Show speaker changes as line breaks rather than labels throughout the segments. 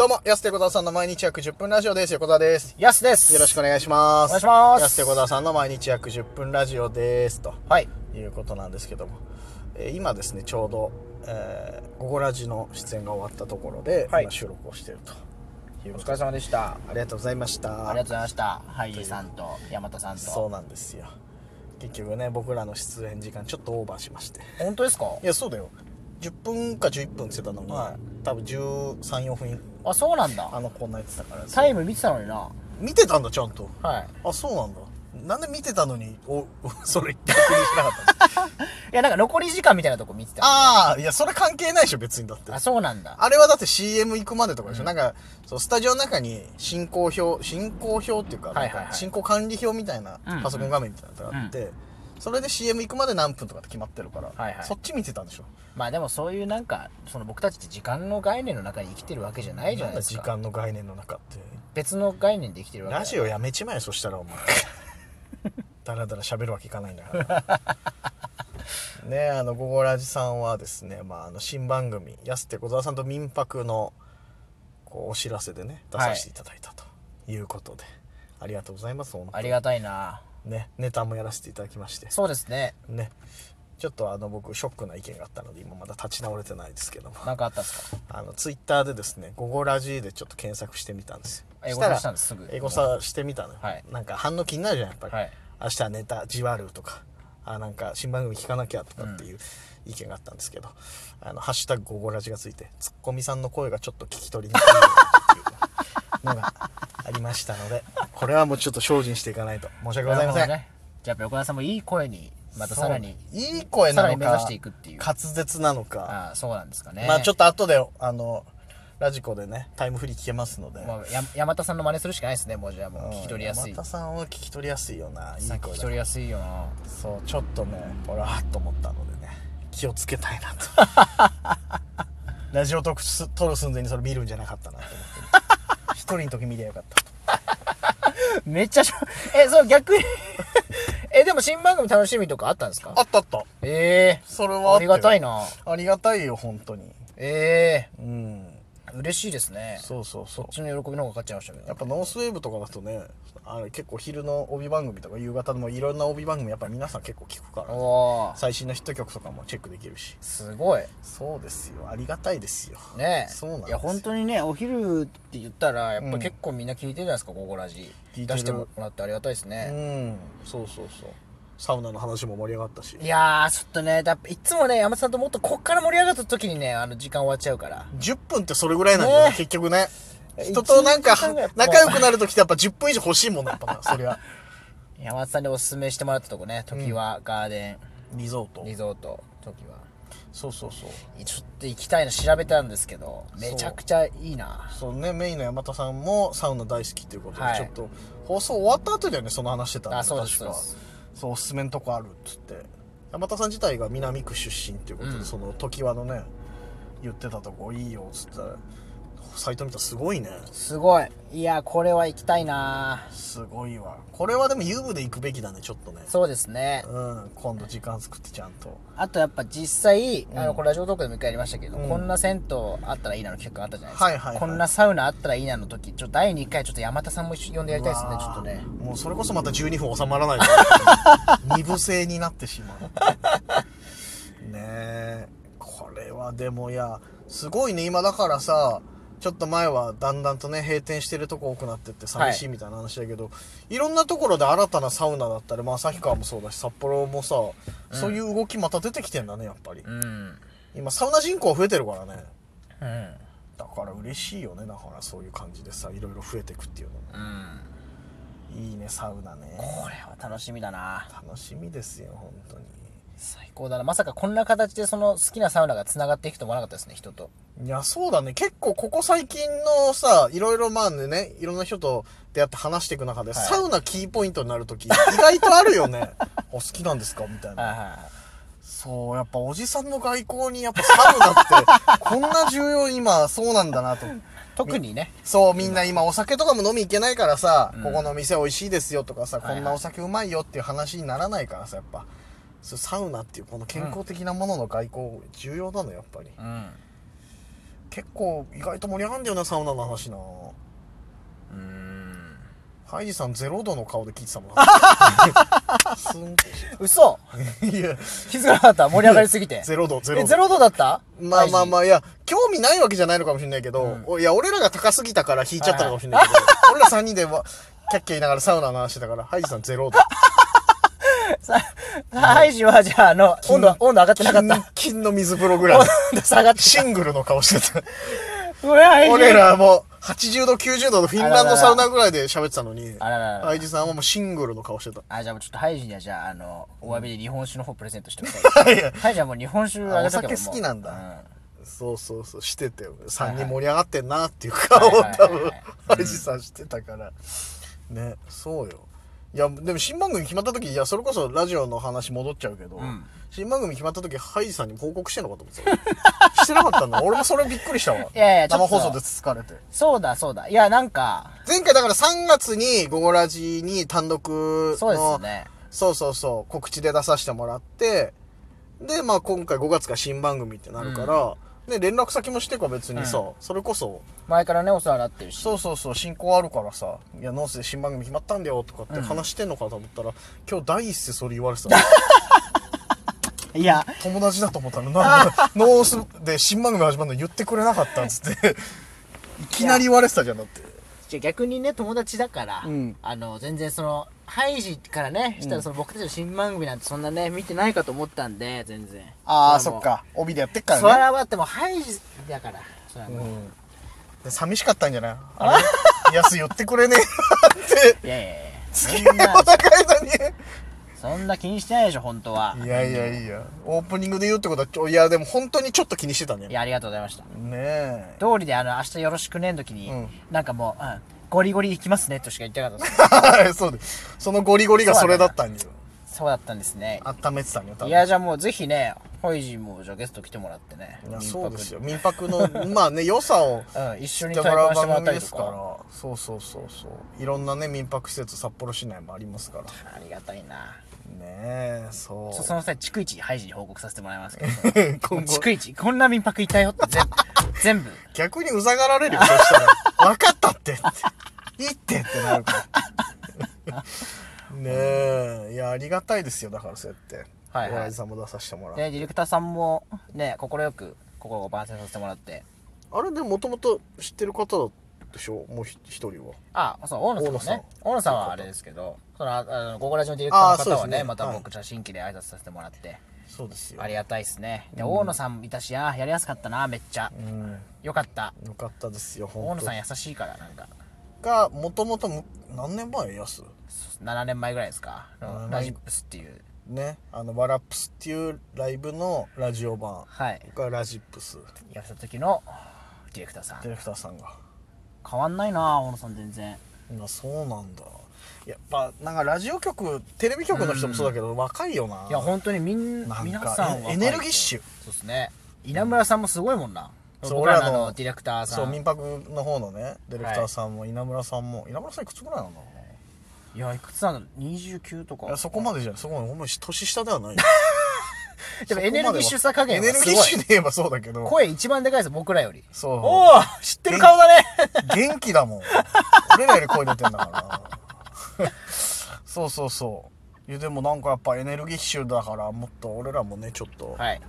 うも、安手小沢さんの毎日約10分ラジオです。横田です。
やすです。
よろしくお
ね。
願いします。
お願いします
安手小沢さんの毎日約10分ラジオです。と
はい。
いうことなんですけども、えー今ですね、ちょうど、えー、ゴゴラジの出演が終わったところで、
はい
今収録をしているという
お
こと
疲れ様でした。
ありがとうございました。
ありがとうございました。ハイジさんと、ヤマトさん
そ
と。
うなんですよ。結局ね、僕らの出演時間ちょっとオーバーしまして。
本当ですか
いや、そうだよ。10分か11分って言ってたのが、
は
多分13、4分、
あ、そうなんだ
あ。の、こんなやってたから。
タイム見てたのにな。
見てたんだ、ちゃんと。
はい。
あ、そうなんだ。なんで見てたのに、お、 それ確認しなか ったんです
いや、なんか残り時間みたいなとこ見てた。
ああ、いや、それ関係ないでしょ、別にだって。
あ、そうなんだ。
あれはだって CM 行くまでとかでしょ、なんか、そう、スタジオの中に進行表、進行表っていうか、
はいはいはい
なんか進行管理表みたいな
うんうん、
パソコン画面みたいなのがあって、それで CM 行くまで何分とかって決まってるから、
はいはい
そっち見てたんでしょ
まあでもそういうなんか、その僕たちって時間の概念の中に生きてるわけじゃないじゃないです
時
か。
間の概念の中って。
別の概念で生きてるわけだ
ラジオやめちまえ、そしたらお 前。だらだら喋るわけいかないんだから。ねあの、ゴゴラジさんはですね、まあ、あの、新番組、安手小沢さんと民泊の、こう、お知らせでね、出させていただいたということで、ありがとうございます、本当
ありがたいな。
ね、ネタもやらせていただきまして、
そうですね。
ね、ちょっとあの、僕、ショックな意見があったので、今まだ立ち直れてないですけども、
なんかあったんですか
あの、ツイッターでですね、ゴゴラジでちょっと検索してみたんですよ。
英語化したんです、すぐ。
エゴ。サしてみたのよ、
はい
なんか反応気になるじゃんやっぱり、
はい
明日ネタじわるとかあなんか新番組聞かなきゃとかっていう意見があったんですけど「あのハッシュタグゴゴラジ」がついてツッコミさんの声がちょっと聞き取りにくいっていうのがありましたのでこれはもうちょっと精進していかないと申し訳ございませ、
なんるほどね。じゃあやっぱ横田さんもいい声に、またさらに。
そういい声な
さら
の
に目
か
指していくっていう
滑舌なのか、
ああ、そうなんですかね。
まあちょっと後であのラジコでねタイムフリー聞けますので、
まあ、や山田さんの真似するしかないですねもうじゃあもう
うん
聞き取りやすい
山田さんは聞き取りやすいよないい声だ
聞き取りやすいよな
そうちょっとね俺はあっと思ったのでね気をつけたいなと ラジオトークす撮る寸前にそれ見るんじゃなかったなと思って一人の時見りゃよかった
めっちゃしょえそう逆に えでも新番組楽しみとかあったんですか
あったあった
ええ
それはあ
ありがたい
な
な
ありがたいよ本当に
え
うん
え嬉しいですねそ
そうそうそう
っちの喜びの方が勝っちゃいましたけど
やっぱノースウェーブとかだとねあれ結構昼の帯番組とか夕方のもいろんな帯番組やっぱ皆さん結構聞くから、ね、
おー
最新のヒット曲とかもチェックできるし
すごい
そうですよありがたいですよ
ねえ
そうなんです
いや本当にねお昼って言ったらやっ
う
ぱ
ん
結構みんな聞いてるじゃないですか、ここラジ
聞いてる
出してもらってありがたいですね、
うんそうそうそうサウナの話も盛り上がったし
いやー、ちょっとね、だいつもね、山田さんともっとこっから盛り上がった時にね、あの、時間終わっちゃうから。
10分ってそれぐらいなんだよね
ね
結局ね
え
人となんか
一日間がやっぱ
仲良くなるときってやっぱ10分以上欲しいもんなやっぱなそり ゃ
山田さんにおすすめしてもらったとこね、時はガーデ
リゾー
ン、
ト
リゾート、時は。
そうそうそう
ちょっと行きたいの調べたんですけど、めちゃくちゃいいな。
そうねメインの山田さんもサウナ大好きっていうことで、
はい
ちょっと放送終わった後だよねその話してたんだよ
あそうです
確か
そうです
そうおすすめのとこあるっつって山田さん自体が南区出身っていうことで、
うん
その常盤のね言ってたとこいいよっつってたらサイト見たらすごいね
すごい。いや、これは行きたいな
すごいわこれはでも遊具で行くべきだねちょっとね
そうですね。
うん今度時間作ってちゃんと
あとやっぱ実際、あ
う
の、
ん
これラジオトークでも一回やりましたけど、
うん
こんな銭湯あったらいいなの企画あったじゃないですか。
はいはいはい
こんなサウナあったらいいなの時、ちょっと第2回ちょっと山田さんも一緒に呼んでやりたいですね、ちょっとね。
もうそれこそまた12分収まら ないから二部制になってしまうねえこれはでもいやすごいね今だからさちょっと前はだんだんとね閉店してるとこ多くなってって寂しいみたいな話だけど、い、ろんなところで新たなサウナだったりまあ旭川もそうだし札幌もさ、そういう動きまた出てきてんだねやっぱり
うん。
今サウナ人口増えてるからね
うん。
だから嬉しいよねだからそういう感じでさいろいろ増えてくっていうのも
うん。
いいねサウナね
これは楽しみだな
楽しみですよ本当に
最高だなまさかこんな形でその好きなサウナがつながっていくと思わなかったですね人と
いやそうだね結構ここ最近のさいろいろまあねいろんな人と出会って話していく中で、
はい
サウナキーポイントになる時意外とあるよね お好きなんですかみたいな
は
そうやっぱおじさんの外交にやっぱサウナってこんな重要今そうなんだなと
い特にね
そうみんな今お酒とかも飲み行けないからさ、
うん
ここの店美味しいですよとかさ
はいはい
こんなお酒うまいよっていう話にならないからさやっぱそうサウナっていうこの健康的なものの外交重要なのよやっぱり
うん
結構意外と盛り上がんだよなサウナの話な
うーん。
ハイジさんゼロ度の顔で聞いてたもん なすんって
嘘
いや
気づかなかった盛り上がりすぎて。
ゼロ度ゼロ
え、
度
ゼロ度だった
まあまあま
あ。
あ、いや、興味ないわけじゃないのかもしれないけど、
うん
おいや、俺らが高すぎたから引いちゃったのかもしれないけど、俺ら3人でわ、キャッキャ言いながらサウナの話してたから、ハイジさんゼロ度。
さ、さハイジはじゃあ、あの、温度、温度上がってなかった。
金金の水風呂ぐ ら
温
い。
度下がって
シングルの顔 して
た。俺、ハイ
た。
ジ。
俺。らもう、80度、90度のフィンランドサウナぐらいで喋ってたのに、
あらららら
ハイジさんはもうシングルの顔してた。
あ、じゃあもうちょっとハイジにはじゃあ、あの、お詫びで日本酒の方プレゼントしてくだ
い
さ
や
い。ハイジはもう日本酒あげとけば
あお酒好きなんだ
もううん
そうそうそう、してて、3人盛り上がってんなっていう顔を
はいはい
多
はい
分
はい、
ハイジさんしてたから。ね、そうよ。いや、でも新番組決まった時、いや、それこそラジオの話戻っちゃうけど、
ん
新番組決まった時、ハイジさんに報告してんのかと思ってた。 してなかったんだ。俺もそれびっくりしたわ。
いやいやちょっ
生
と
放送で疲れて。
そうだ、そうだ。いや、なんか、
前回だから3月にゴゴラジに単独の、
そうですね。
そうそうそう、告知で出させてもらって、で、まあ今回5月から新番組ってなるから、で、連絡先もしてか別にさ、
う
それこそ、
前からね、お世話になってるし。
そうそうそう、進行あるからさ、いや、ノースで新番組決まったんだよとかって話してんのかと思ったら、今日第一声それ言われてたの。
いや、
友達だと思ったの。なんで、 ノースで新番組始まるの言ってくれなかったっつ って、いきなり言われてたじゃん、だって。
じゃあ逆にね、友達だから、
うん
あの、全然その、ハイジからね、したらその僕たちの新番組なんてそんなね、見てないかと思ったんで、全然。
ああ、そ
それはも
っ
う。
か。帯でやってっ
それ
からね。
はだってもうハイジだから。それはもう
で寂しかったんじゃないあれ安言ってくれね えって。
いやいやいや。
付
そ
き合
ん
い
な
お、互いなに。
そんな気にしてないでしょ、本当は。
いやいやいや、オープニングで言うってことはちょ、いやでも本当にちょっと気にしてたね。
い
ね
や、ありがとうございました。
え。
通りで、あの、明日よろしくねの時に、
うん
なんかもう、うん、ゴリゴリ行きますね、としか言ってなかったで す
そうです。そのゴリゴリがそれだったんよ。
そうだったんですね。
温めてたんよ、多分。
いや、じゃあもうぜひね、ハイジも、じゃあゲスト来てもらってね。
いや
民泊
そうですよ。民泊の、 まあね、良さ を
うん、一
知
緒
っ
に
て
体
もらう
感して
番
もらっ
組
た
で
り
す
と
から
か。。
そうそうそうそう。いろんなね、民泊施設、札幌市内もありますから。
ありがたいな。
ねえ、そう。。
ちょその際、逐一、ハイジに報告させてもらいますけど
今後
逐一、こんな民泊いたよって 全部、全部。
逆にうざがられるよ、そしたら。分かったって。いいってってなる から。ねえ、いや、ありがたいですよ、だからそうやって。
はいはい
おやじさんも出させてもらって。
で、ディレクターさんも、ね、快く、心を万全させてもらって。
あれでもともと知ってる方でしょもうひ一人は。
あ、そう、大野さんもね。大野さんはあれですけど、その、ああの、ゴゴラジのディレクターの
あ
方
そ
は
う
ね、
ですね
また
は
僕、写真機で挨拶させてもらって、
そうですよ
ありがたいですね。で、大野さんもいたし、あーやりやすかったな、めっちゃ。
うん。
よかった。
よかったですよ、
大
本
野
当
さん優しいから、なんか。
が、もともとむ、何年前やす
7年前ぐらいですか
7年前
ラジップスっていう
ね。あの、ワラップスっていうライブのラジオ版
はい
がラジップス。
やった時のディレクターさん
ディレクターさんが。
変わんないな大野さん全然
まあそうなんだやっぱなんかラジオ局テレビ局の人もそうだけど、若いよない
や本当にみん
なんか
皆さんは
エネルギッシュ
そうですね稲村さんもすごいもんな
そう
僕ら
俺ら
の
の
ディレクターさ
そうん民泊の方のねディレクターさんも稲村さんも、稲村さんいくつぐらいなんだろうね
いやいくつなの29と
いや
か
そこまでじゃないそこまでほんまに年下ではない
でもエネルギッシュさ加減
エ
は
ネ
す
ル
ごい
ギッシュで言えばそうだけど
声一番でかいです僕らより
そう
おお知ってる顔だね
元気だもん俺らより声出てんだから なそうそうそういやでもなんかやっぱエネルギッシュだからもっと俺らもねちょっと、
はい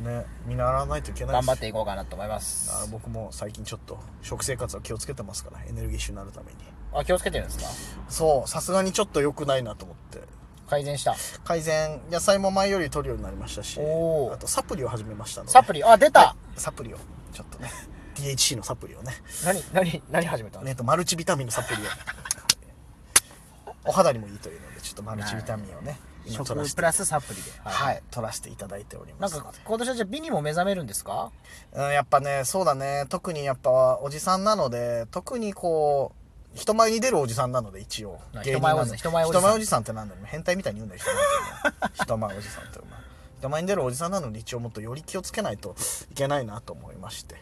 ね見習わないといけない
頑
です
張っていこうかなと思います
あー僕も最近ちょっと食生活は気をつけてますからエネルギッシュになるために
あ気をつけてるんですか
そうさすがにちょっと良くないなと思って
改善した
改善野菜も前より取るようになりましたし
おー
あとサプリを始めましたので
サプリあ出た
サプリをちょっとね DHC のサプリをね
何何何始めたの
えっとマルチビタミンのサプリをお肌にもいいというのでちょっとマルチビタミンをね今取ら
食
せ
プ
て
ラスサプリで、はい
はい取らせていただいており
な
ま
ん
す
か今年はじゃあ美にも目覚めるんですか
うん、やっぱね、そうだね。特にやっぱおじさんなので、特にこう、人前に出るおじさんなので、一応。
な
芸人なので
人前おじさん
人前おじさんってなんだろう変態みたいに言うんだよ、人前ってお前人前おじさんってお前。人前に出るおじさんなので、一応もっとより気をつけないといけないなと思いまして。
ん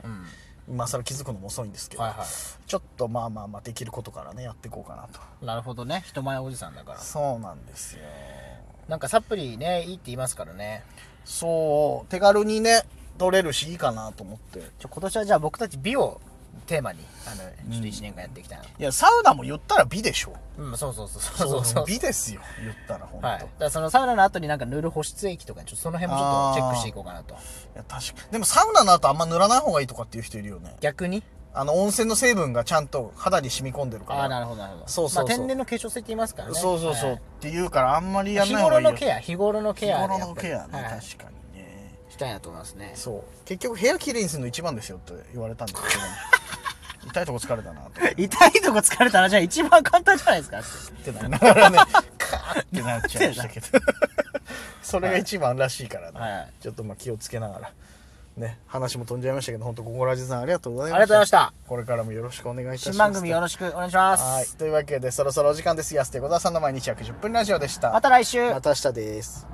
今更気づくのも遅いんですけど、
はいは
ちょっとまあまあまあできることからね、やっていこうかなと。
なるほどね人前おじさんだから
そうなんですよ。
なんかサプリねいいって言いますからね
そう、手軽にね、取れるしいいかなと思ってい
ちょ今年はじゃあ僕たち美をテーマにあのちょっと1年間やっていきたいな、
やサウナも言ったら美でしょ
うんそうそうそうそうそうそう
美ですよ言ったらほんと、
はい、
い
だからそのサウナの後になんか塗る保湿液とかちょっとその辺もちょっとチェックしていこうかなと
や確かにでもサウナの後あんま塗らない方がいいとかっていう人いるよね
逆に
あの温泉の成分がちゃんと肌に染み込んでるか
あ
ら
あなるほどなるほど
そうそうそう
まあ、天然の化粧水って言いますからね
そうそうそう、
は
っ
い
ていうからあんまりやん
日
ない方が
頃
いいよ
のケア日頃のケア
日頃
でやっ
の
ぱり
ケアね、
はい
確かにね
したいなと思いますね
そう結局部屋きれいにするの一番ですよって言われたんですけ ど痛いとこ疲れたなと思っ
痛いとこ疲れたらじゃあ一番簡単じゃないです かって
てなが らねカーってなっちゃいましたけど それが一番らしいからね、
はい
ちょっとまあ気をつけながらね話も飛んじゃいましたけど本当ここらじさんありがとうございました
ありがとうございました
これからもよろしくお願いいたします
新番組よろしくお願いします、
はいというわけでそろそろお時間です安手小沢さんの毎日約10分ラジオでした
また来週
また明日です